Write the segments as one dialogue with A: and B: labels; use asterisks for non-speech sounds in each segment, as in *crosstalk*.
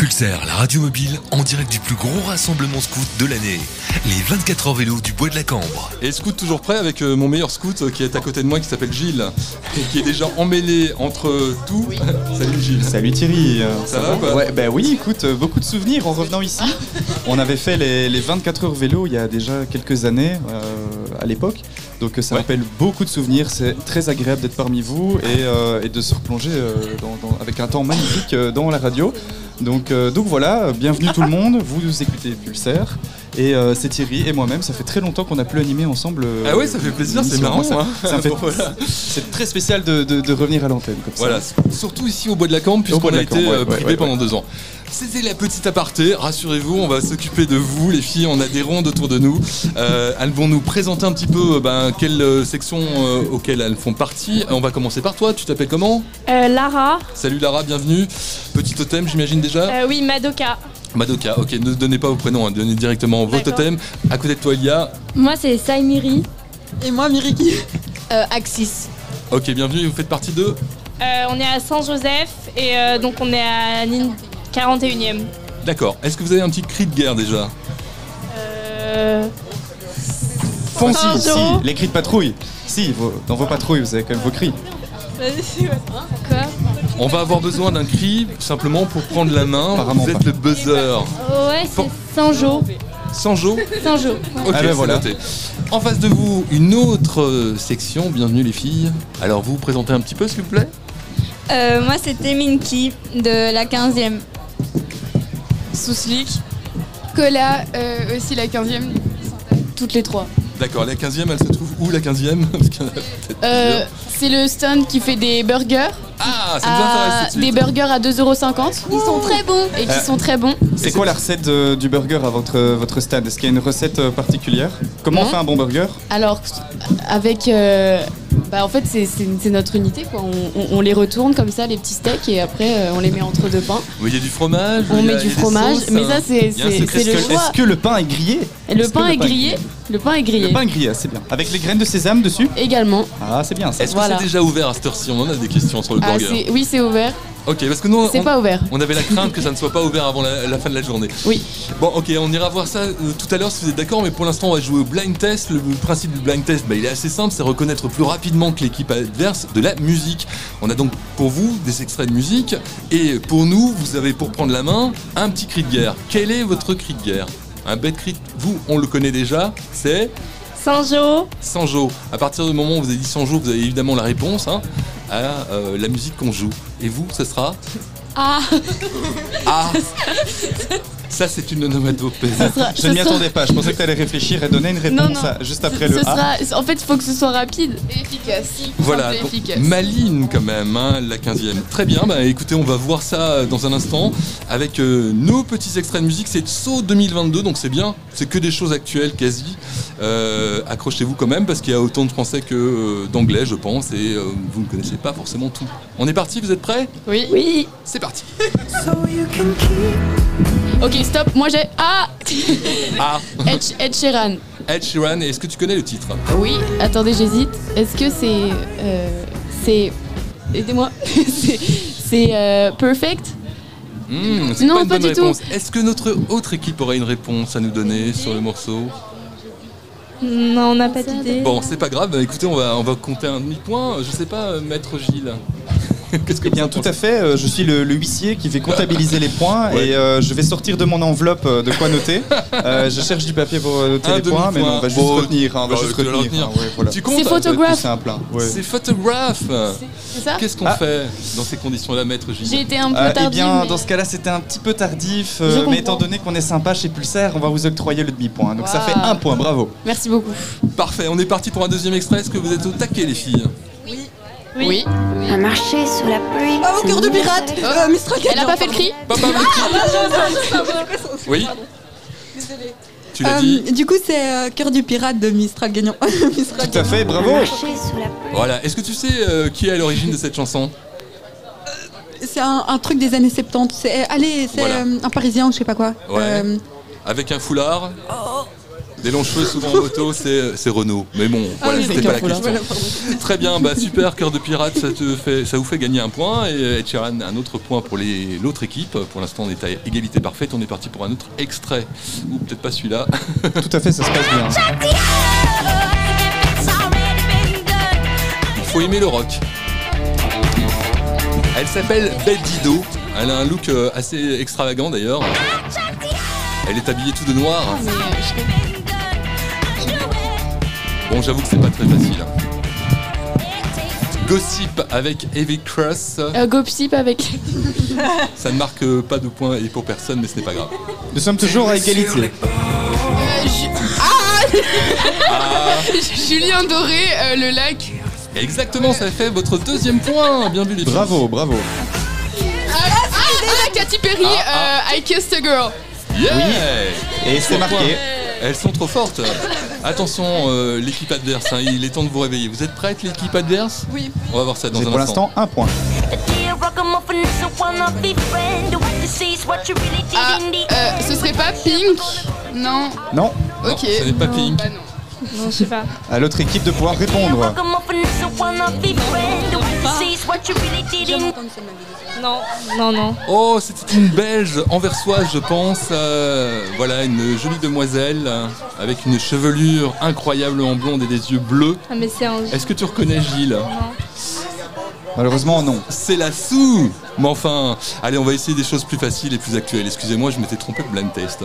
A: Pulsar, la radio mobile, en direct du plus gros rassemblement scout de l'année. Les 24 heures vélo du Bois de la Cambre.
B: Et scout toujours prêt avec euh, mon meilleur scout euh, qui est à côté de moi qui s'appelle Gilles et qui est déjà emmêlé entre tout. *laughs* Salut Gilles.
C: Salut Thierry euh,
B: Ça va, quoi
C: Ouais, bah oui, écoute, euh, beaucoup de souvenirs en revenant ici. On avait fait les, les 24 heures vélo il y a déjà quelques années euh, à l'époque. Donc euh, ça
B: Ouais.
C: rappelle beaucoup de souvenirs, c'est très agréable d'être parmi vous et, euh, et de se replonger euh, dans- dans- avec un temps magnifique euh, dans la radio. Donc, euh, donc voilà, euh, bienvenue tout le monde, vous, nous écoutez Pulsar et euh, c'est Thierry et moi-même, ça fait très longtemps qu'on a plus animé ensemble. euh,
B: Ah ouais, ça fait plaisir,
C: une
B: c'est
C: émission.
B: marrant.
C: Moi, ça-
B: hein.
C: ça me fait-
B: *laughs* Voilà.
C: C'est très spécial de, de- de revenir à l'antenne comme ça.
B: Voilà, surtout ici au Bois de la Cambre,
C: Au
B: puisqu'on
C: Bois de
B: a
C: la
B: été
C: Cambre, ouais,
B: euh,
C: ouais,
B: privé
C: ouais,
B: pendant deux ans. C'était la petite aparté, rassurez-vous, on va s'occuper de vous, les filles, on a des rondes autour de nous. Euh, elles vont nous présenter un petit peu euh, ben, quelle euh, section euh, auxquelles elles font partie. Euh, On va commencer par toi, tu t'appelles comment
D: Euh, Lara,
B: Salut Lara, bienvenue. Petit totem, j'imagine déjà
D: euh, oui, Madoka.
B: Madoka, ok, ne donnez pas vos prénoms, hein, donnez directement vos
D: D'accord.
B: totems. À côté de toi, il y a.
E: Moi, c'est Saimiri.
F: Et moi, Miriki Euh, Axis.
B: Ok, bienvenue, vous faites partie de.
D: Euh, on est à Saint-Joseph et euh, donc on est à Nin- 41e.
B: D'accord, est-ce que vous avez un petit cri de guerre déjà
D: Euh,
C: Enfin, si, si,
D: Pardon
C: les cris de patrouille. Si, vos- dans vos patrouilles, vous avez quand même vos cris.
B: On va avoir besoin d'un cri simplement pour prendre la main.
C: Apparemment
B: Vous êtes
C: pas.
B: le buzzer.
E: Ouais,
B: Bon.
E: c'est Sanjo.
B: Sanjo.
E: Sanjo.
B: Ok,
C: Ah ben
B: c'est
C: voilà.
B: noté. En face de vous, une autre euh, section. Bienvenue les filles. Alors vous vous présentez un petit peu s'il vous plaît.
E: Euh, moi, c'était Minky de la 15e.
F: Souslik. Cola, euh, aussi la 15e. Toutes les trois.
B: D'accord, la 15e, elle se trouve où la 15e *laughs* Parce qu'il y en a peut-être
F: Euh,
B: plusieurs.
F: c'est le stand qui fait des burgers.
B: Ah, ça nous
F: à-
B: intéresse tout de
F: des
B: suite.
F: burgers à 2,50€. Ils sont très bons. Et qui
C: Euh.
F: sont très bons.
C: C'est quoi la recette euh, du burger à votre, votre stade Est-ce qu'il y a une recette euh, particulière Comment on
F: Non.
C: fait un bon burger
F: Alors, avec. euh, bah, en fait, c'est- c'est c'est notre unité, quoi. On, on- on les retourne comme ça, les petits steaks, et après, euh, on les met entre deux pains.
B: Oui, il y a du fromage.
F: On
B: il y a-
F: met du
B: il y a des
F: fromage.
B: sauces,
F: mais
B: hein.
F: ça, c'est
B: Il y a un
F: c'est-
B: secret
F: c'est le
C: Est-ce que-
F: choix.
C: est-ce que le pain est grillé
F: Et Le
C: est-ce que
F: pain
C: le
F: est
C: pain est
F: grillé. Le pain est
C: Le
F: grillé.
C: pain est grillé, ah, c'est bien. Avec les graines de sésame dessus
F: Également.
C: Ah, c'est bien ça.
B: Est-ce que
F: Voilà.
B: c'est déjà ouvert à cette heure-ci On en a des questions sur le
F: Ah,
B: burger.
F: c'est- oui, c'est ouvert.
B: Ok, parce que nous,
F: C'est
B: on,
F: pas ouvert.
B: on avait la crainte que ça ne soit pas ouvert avant la, la fin de la journée.
F: Oui.
B: Bon, ok, on ira voir ça euh, tout à l'heure si vous êtes d'accord, mais pour l'instant, on va jouer au blind test. Le principe du blind test, bah, il est assez simple, c'est reconnaître plus rapidement que l'équipe adverse de la musique. On a donc pour vous des extraits de musique, et pour nous, vous avez pour prendre la main un petit cri de guerre. Quel est votre cri de guerre Un bête cri, de- vous, on le connaît déjà, c'est
D: Sanjo,
B: Sanjo. À partir du moment où vous avez dit Sanjo, vous avez évidemment la réponse hein, à euh, la musique qu'on joue. Et vous, ce sera
E: Ah,
F: *laughs*
B: Ah Ça, c'est une onomatopée.
C: Je ne m'y attendais pas, je pensais que tu allais réfléchir et donner une réponse
F: Non, non.
C: à- juste après
F: Ce
C: le A.
F: sera, en fait, il faut que ce soit rapide.
B: Voilà, donc, Maline quand même, hein, la 15e. Très bien, bah écoutez, on va voir ça euh, dans un instant avec euh, nos petits extraits de musique. C'est Tso 2022, donc c'est bien, c'est que des choses actuelles quasi. Euh, Accrochez-vous quand même parce qu'il y a autant de français que euh, d'anglais, je pense, et euh, vous ne connaissez pas forcément tout. On est parti, vous êtes prêts
F: Oui.
B: C'est parti
F: Ok, stop. Moi, j'ai. Ah
B: Ah
F: *laughs* Ed, Ed Sheeran.
B: Ed Sheeran, est-ce que tu connais le titre
F: Oui. Attendez, j'hésite. Est-ce que c'est. euh, c'est. Aidez-moi. *laughs* c'est. c'est, euh, perfect
B: Hmm, c'est
F: Non,
B: une
F: pas
B: bonne
F: du tout.
B: réponse. Est-ce que notre autre équipe aurait une réponse à nous donner sur le morceau
D: non, on n'a pas d'idée.
B: Bon, c'est pas grave, bah, écoutez, on va, on va compter un demi-point. Je sais pas, euh, maître Gilles. *laughs* Qu'est-ce que
C: Eh bien,
B: vous en
C: tout
B: pensez
C: à fait, euh, je suis le, le huissier qui fait comptabiliser les points
B: Ouais.
C: et euh, je vais sortir de mon envelope euh, de quoi
B: *laughs*
C: noter. Euh, je cherche du papier pour euh, noter
B: Un
C: les points, mais
B: demi-point.
C: non, on va juste
B: Bon,
C: retenir. hein, on va
B: bah,
C: juste
B: tu vas le retenir.
C: retenir. hein, ouais, voilà.
B: Tu comptes
F: C'est
C: Ça doit être
F: photographe.
C: plus simple, hein, ouais.
B: C'est photographe.
F: C'est ça
B: Qu'est-ce qu'on
C: Ah.
B: fait dans ces conditions-là, maître
F: J'ai
B: Gilles
F: été un peu
C: Euh, eh
F: tardive.
C: bien,
F: mais-
C: dans ce cas-là, c'était un petit peu tardif,
F: Je
C: euh,
F: comprends.
C: mais étant donné qu'on est sympa chez Pulsar, on va vous octroyer le demi-point. Donc ça
F: Waouh.
C: fait un point, bravo.
F: Merci beaucoup.
B: Parfait, on est parti pour un deuxième extrait. Est-ce que vous êtes au taquet, les filles
F: Oui.
G: Un marché sous la pluie.
H: Oh, cœur de pirate euh, Mistral
F: Elle a pas fait le cri
B: Papa, mais
F: Ah,
B: qui Oui Tu l'as dit
H: euh, Du coup, c'est euh, cœur du pirate de Mistral gagnant. *laughs* Mistral
C: Tout à fait,
G: Un
C: bravo.
G: marché sous la pluie.
B: Voilà, est-ce que tu sais euh, qui est à l'origine de cette chanson
H: C'est un, un truc des années 70. C'est, euh, allez, c'est
B: Voilà.
H: euh, un parisien ou je sais pas quoi.
B: Ouais.
H: Euh,
F: Oh.
B: Avec un foulard Des longs cheveux souvent en moto, c'est euh, c'est Renault. Mais bon,
F: Ah
B: voilà,
H: oui,
B: c'était
H: c'est
B: pas la
H: Carrefour,
B: question. Très bien, bah super, cœur de pirate, ça, te fait, ça vous fait gagner un point. Et euh, Ed Sheeran, un autre point pour les- l'autre équipe. Pour l'instant, on est à égalité parfaite. On est parti pour un autre extrait. Ou peut-être pas celui-là.
C: Tout à fait, ça se passe bien.
B: Il faut aimer le rock. Elle s'appelle Belle Dido. Elle a un look euh, assez extravagant d'ailleurs. Elle est habillée tout de noir. Bon, j'avoue que c'est pas très facile. hein. Gossip avec Heavy Cross.
F: Euh, Gopsip avec. *laughs*
B: Ça ne marque euh, pas de points et pour personne, mais ce n'est pas grave.
C: Nous sommes toujours à égalité.
I: Julien Doré, euh, le lac.
B: Exactement, ça fait votre deuxième point. Bien vu les filles.
C: Bravo, bravo.
I: Ah, Katy Perry,
B: Ah,
I: euh, I Kissed a Girl.
B: Yeah
C: Et c'est marqué.
B: Elles sont trop fortes. Attention, euh, l'équipe adverse, hein, il est temps de vous réveiller. Vous êtes prête, l'équipe adverse
H: Oui.
B: On va voir ça dans
C: C'est
B: un
C: pour
B: instant.
C: l'instant un point.
I: Ah, euh, ce serait pas Pink Non.
C: Non,
B: Non,
I: Ok.
B: ce n'est pas Pink.
I: Bah non.
D: Non, je sais pas.
C: à l'autre équipe de pouvoir répondre.
D: Non, non, non.
B: Oh, c'était une Belge anversoise, je pense. Euh, voilà, une jolie demoiselle euh, avec une chevelure incroyablement blonde et des yeux bleus.
D: Ah, mais c'est un.
B: Est-ce que tu reconnais Gilles
C: Malheureusement, non.
B: C'est la sou Mais enfin, allez, on va essayer des choses plus faciles et plus actuelles. Excusez-moi, je m'étais trompé de blind test.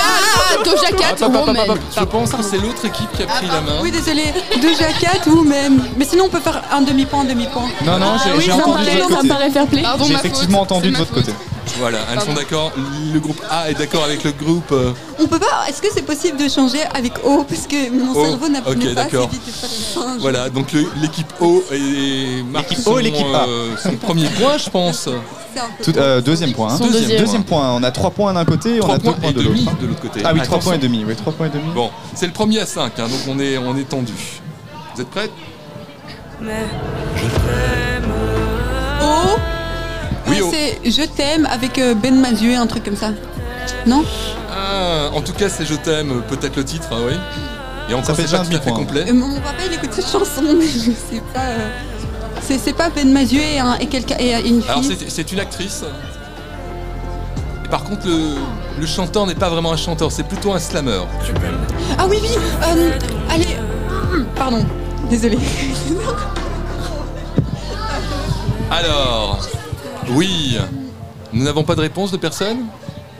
I: Ah, Doja Cat,
B: Hop, hop, hop, hop,
I: Woman.
B: hop. Je pense que c'est l'autre équipe qui a pris la main.
H: ah, Oui, désolé. Deux jaquettes ou même. Mais sinon, on peut faire un demi-point, un demi-point.
C: Non, non, j'ai
H: oui,
C: j'ai
H: ça
C: entendu de
H: me
C: votre
H: paraît- ça me
C: côté.
F: Paraît fair play.
I: Pardon,
C: J'ai
I: ma faute,
C: effectivement
I: c'est
C: entendu de
I: ma
C: votre
I: faute.
C: côté.
B: Voilà, elles sont
I: Pardon.
B: d'accord. Le groupe A est d'accord avec le groupe. euh,
H: On peut pas. Est-ce que c'est possible de changer avec O Parce que mon
B: O,
H: cerveau n'a
B: ok,
H: n'est pas
B: d'accord.
H: assez vite de faire un jeu.
B: Voilà, donc le- l'équipe O et marque
C: L'équipe O
B: son,
C: et l'équipe A.
B: euh, son premier point, je pense.
H: C'est un peu-
C: Tout- euh, deuxième point. hein.
F: Son deuxième.
C: Deuxième point. On a trois points d'un côté et on
B: Trois
C: a deux
B: points
C: points
B: et
C: de
B: demi
C: l'autre.
B: de l'autre côté.
C: Ah oui, trois
B: Attention.
C: points et demi. Oui, trois points et demi.
B: Bon, c'est le premier à 5, donc on est, on est tendu. Vous êtes prêts
H: O.
B: Oui, oh.
H: euh,
B: O.
H: C'est Je t'aime avec euh, Ben Mazué, un truc comme ça. Non
B: Ah, En tout cas, c'est Je t'aime, peut-être le titre, ah oui. Et encore,
C: Ça fait
B: c'est pas
C: déjà
B: tout à
C: un
B: fait
C: demi-point.
B: complet.
H: Euh, Mon papa, il écoute cette chanson, mais je sais pas. euh, C'est c'est pas Ben Mazué et, un- et, quelqu'un- et euh, une fille.
B: Alors, c'est c'est une actrice. Et par contre, le, le chanteur n'est pas vraiment un chanteur, c'est plutôt un slammer.
H: Ah oui, oui euh, Allez euh, Pardon, désolé.
B: Alors, oui, nous n'avons pas de réponse de personne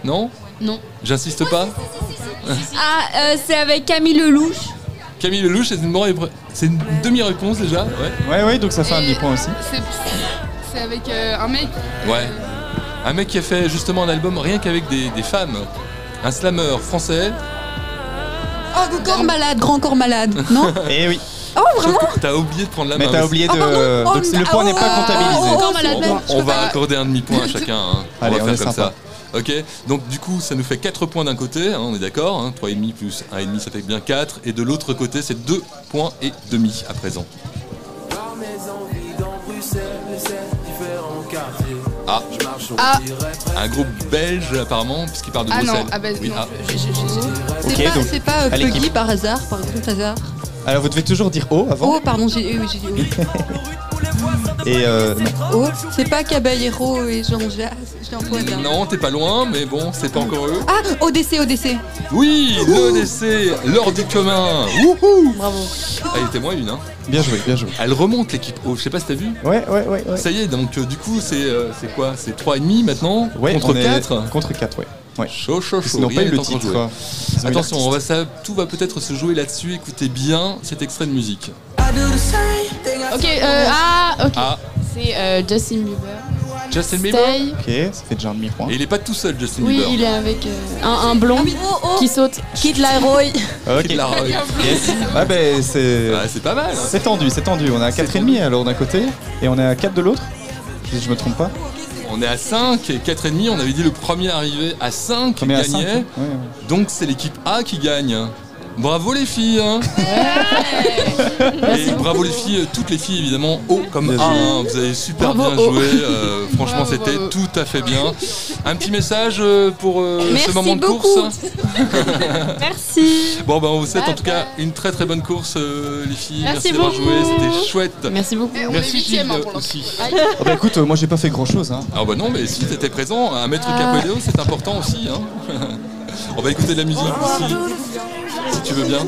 B: Non
I: Non.
B: J'insiste pas
E: Ah, euh, c'est avec Camille Lelouch.
B: Camille Lelouch, c'est une, bonne- c'est une demi-réponse déjà Ouais.
C: Ouais, ouais, donc ça fait un demi-point aussi.
I: C'est- C'est avec euh, un mec.
B: Ouais. Un mec qui a fait justement un album rien qu'avec des, des femmes. Un slammer français.
H: Oh, corps malade, grand corps malade, non
C: Et Eh oui.
B: Sauf que T'as oublié de prendre la main.
C: Mais t'as oublié de.
H: Oh, pardon. Oh,
C: donc c'est- le
H: ah,
C: point n'est
H: oh,
C: pas
H: oh,
C: comptabilisé.
H: oh, oh,
I: Encore
H: oh,
I: malade,
H: oh,
I: même.
H: je
B: On
H: peux
B: va
H: pas.
B: accorder un demi-point à chacun. hein.
C: Allez,
B: on
C: on
B: va
C: est
B: faire comme
C: sympa.
B: ça. Ok, donc du coup, ça nous fait 4 points d'un côté, hein, on est d'accord. Hein, 3,5 plus 1,5, ça fait bien 4. Et de l'autre côté, c'est 2 points et demi à présent. Ah,
I: Ah,
B: un groupe belge apparemment, puisqu'il parle de
I: ah non,
B: Bruxelles.
I: ah bah
B: Oui,
I: non.
B: ah.
I: j'ai- j'ai- j'ai-
H: C'est
C: Ok,
H: pas,
C: donc,
H: c'est pas euh,
C: à l'équipe.
H: Fluggy par hasard, par grand hasard.
C: Alors vous devez toujours dire O avant.
H: Oh, pardon, j'ai oui, j'ai dit oui.
C: Et euh, non.
H: Oh, c'est pas Caballero et Jean Jazz, j'ai un point hasard.
B: Non, t'es pas loin, mais bon, c'est pas encore eux.
H: Ah, ODC, ODC.
B: Oui, l'EDC, l'or du commun. Wouhou Bravo. Elle était moins une, hein.
C: Bien joué, bien joué.
B: Elle remonte l'équipe. Oh, je sais pas si t'as vu.
C: Ouais, ouais, ouais. ouais.
B: Ça y est, donc euh, du coup, c'est euh, c'est quoi C'est 3,5 maintenant
C: Ouais, on
B: Contre
C: est-
B: 4
C: Contre 4, ouais. ouais.
B: Chaud, chaud,
C: Ils
B: chaud.
C: n'ont
B: rien
C: pas eu
B: n'est
C: le
B: encore
C: titre. hein.
B: joué.
C: Ils ont eu
B: Attention, on
C: l'artiste.
B: va, ça, tout va peut-être se jouer là-dessus. Écoutez bien cet extrait de musique.
F: Ok, euh, ah, ok.
B: Ah,
F: C'est euh, Justin Bieber.
B: Justin Bieber.
F: Stay.
C: Ok, ça fait déjà un demi-point.
B: Et il est pas tout seul, Justin
F: Oui,
B: Bieber.
F: il est avec euh, un, un
I: Ah
F: blond qui saute.
E: Kid Laroi.
C: Ok.
B: Il la rock.
C: Yes. Ah ben c'est.
B: Ah, c'est pas mal. hein.
C: C'est tendu, c'est tendu. On est à 4,5 alors d'un côté et on est à 4 de l'autre. Si je me trompe pas.
B: On est à 5 et 4,5. On avait dit le premier arrivé à 5
C: On est à
B: gagnait.
C: cinq, hein. Ouais, ouais.
B: Donc c'est l'équipe A qui gagne. Bravo les filles hein. Et bravo les filles, toutes les filles évidemment, O comme
C: Bien
B: A, hein. vous avez super
F: Bravo,
B: bien
F: O.
B: joué, euh, franchement
I: Bravo,
B: c'était
I: bravo.
B: tout à fait bien. Un petit message euh, pour euh, ce
E: Merci
B: moment de
E: beaucoup.
B: course.
D: Merci.
B: Bon ben on vous souhaite en
F: Bye
B: tout cas une très très bonne course euh, les filles, merci,
D: Merci
B: d'avoir
D: beaucoup.
B: joué, c'était chouette.
F: Merci beaucoup.
I: Eh, on
B: Merci
I: est huitième hein,
B: Gilles,
I: pour l'instant.
B: aussi.
C: Ah bah écoute, euh, moi j'ai pas fait grand chose. Hein.
B: Ah bah non mais si t'étais présent, un maître Capello c'est important aussi hein. *laughs* On va écouter de la musique aussi, si tu veux bien.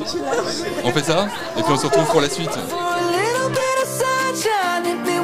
B: On fait ça et puis on se retrouve pour la suite.
G: little bit of sunshine in me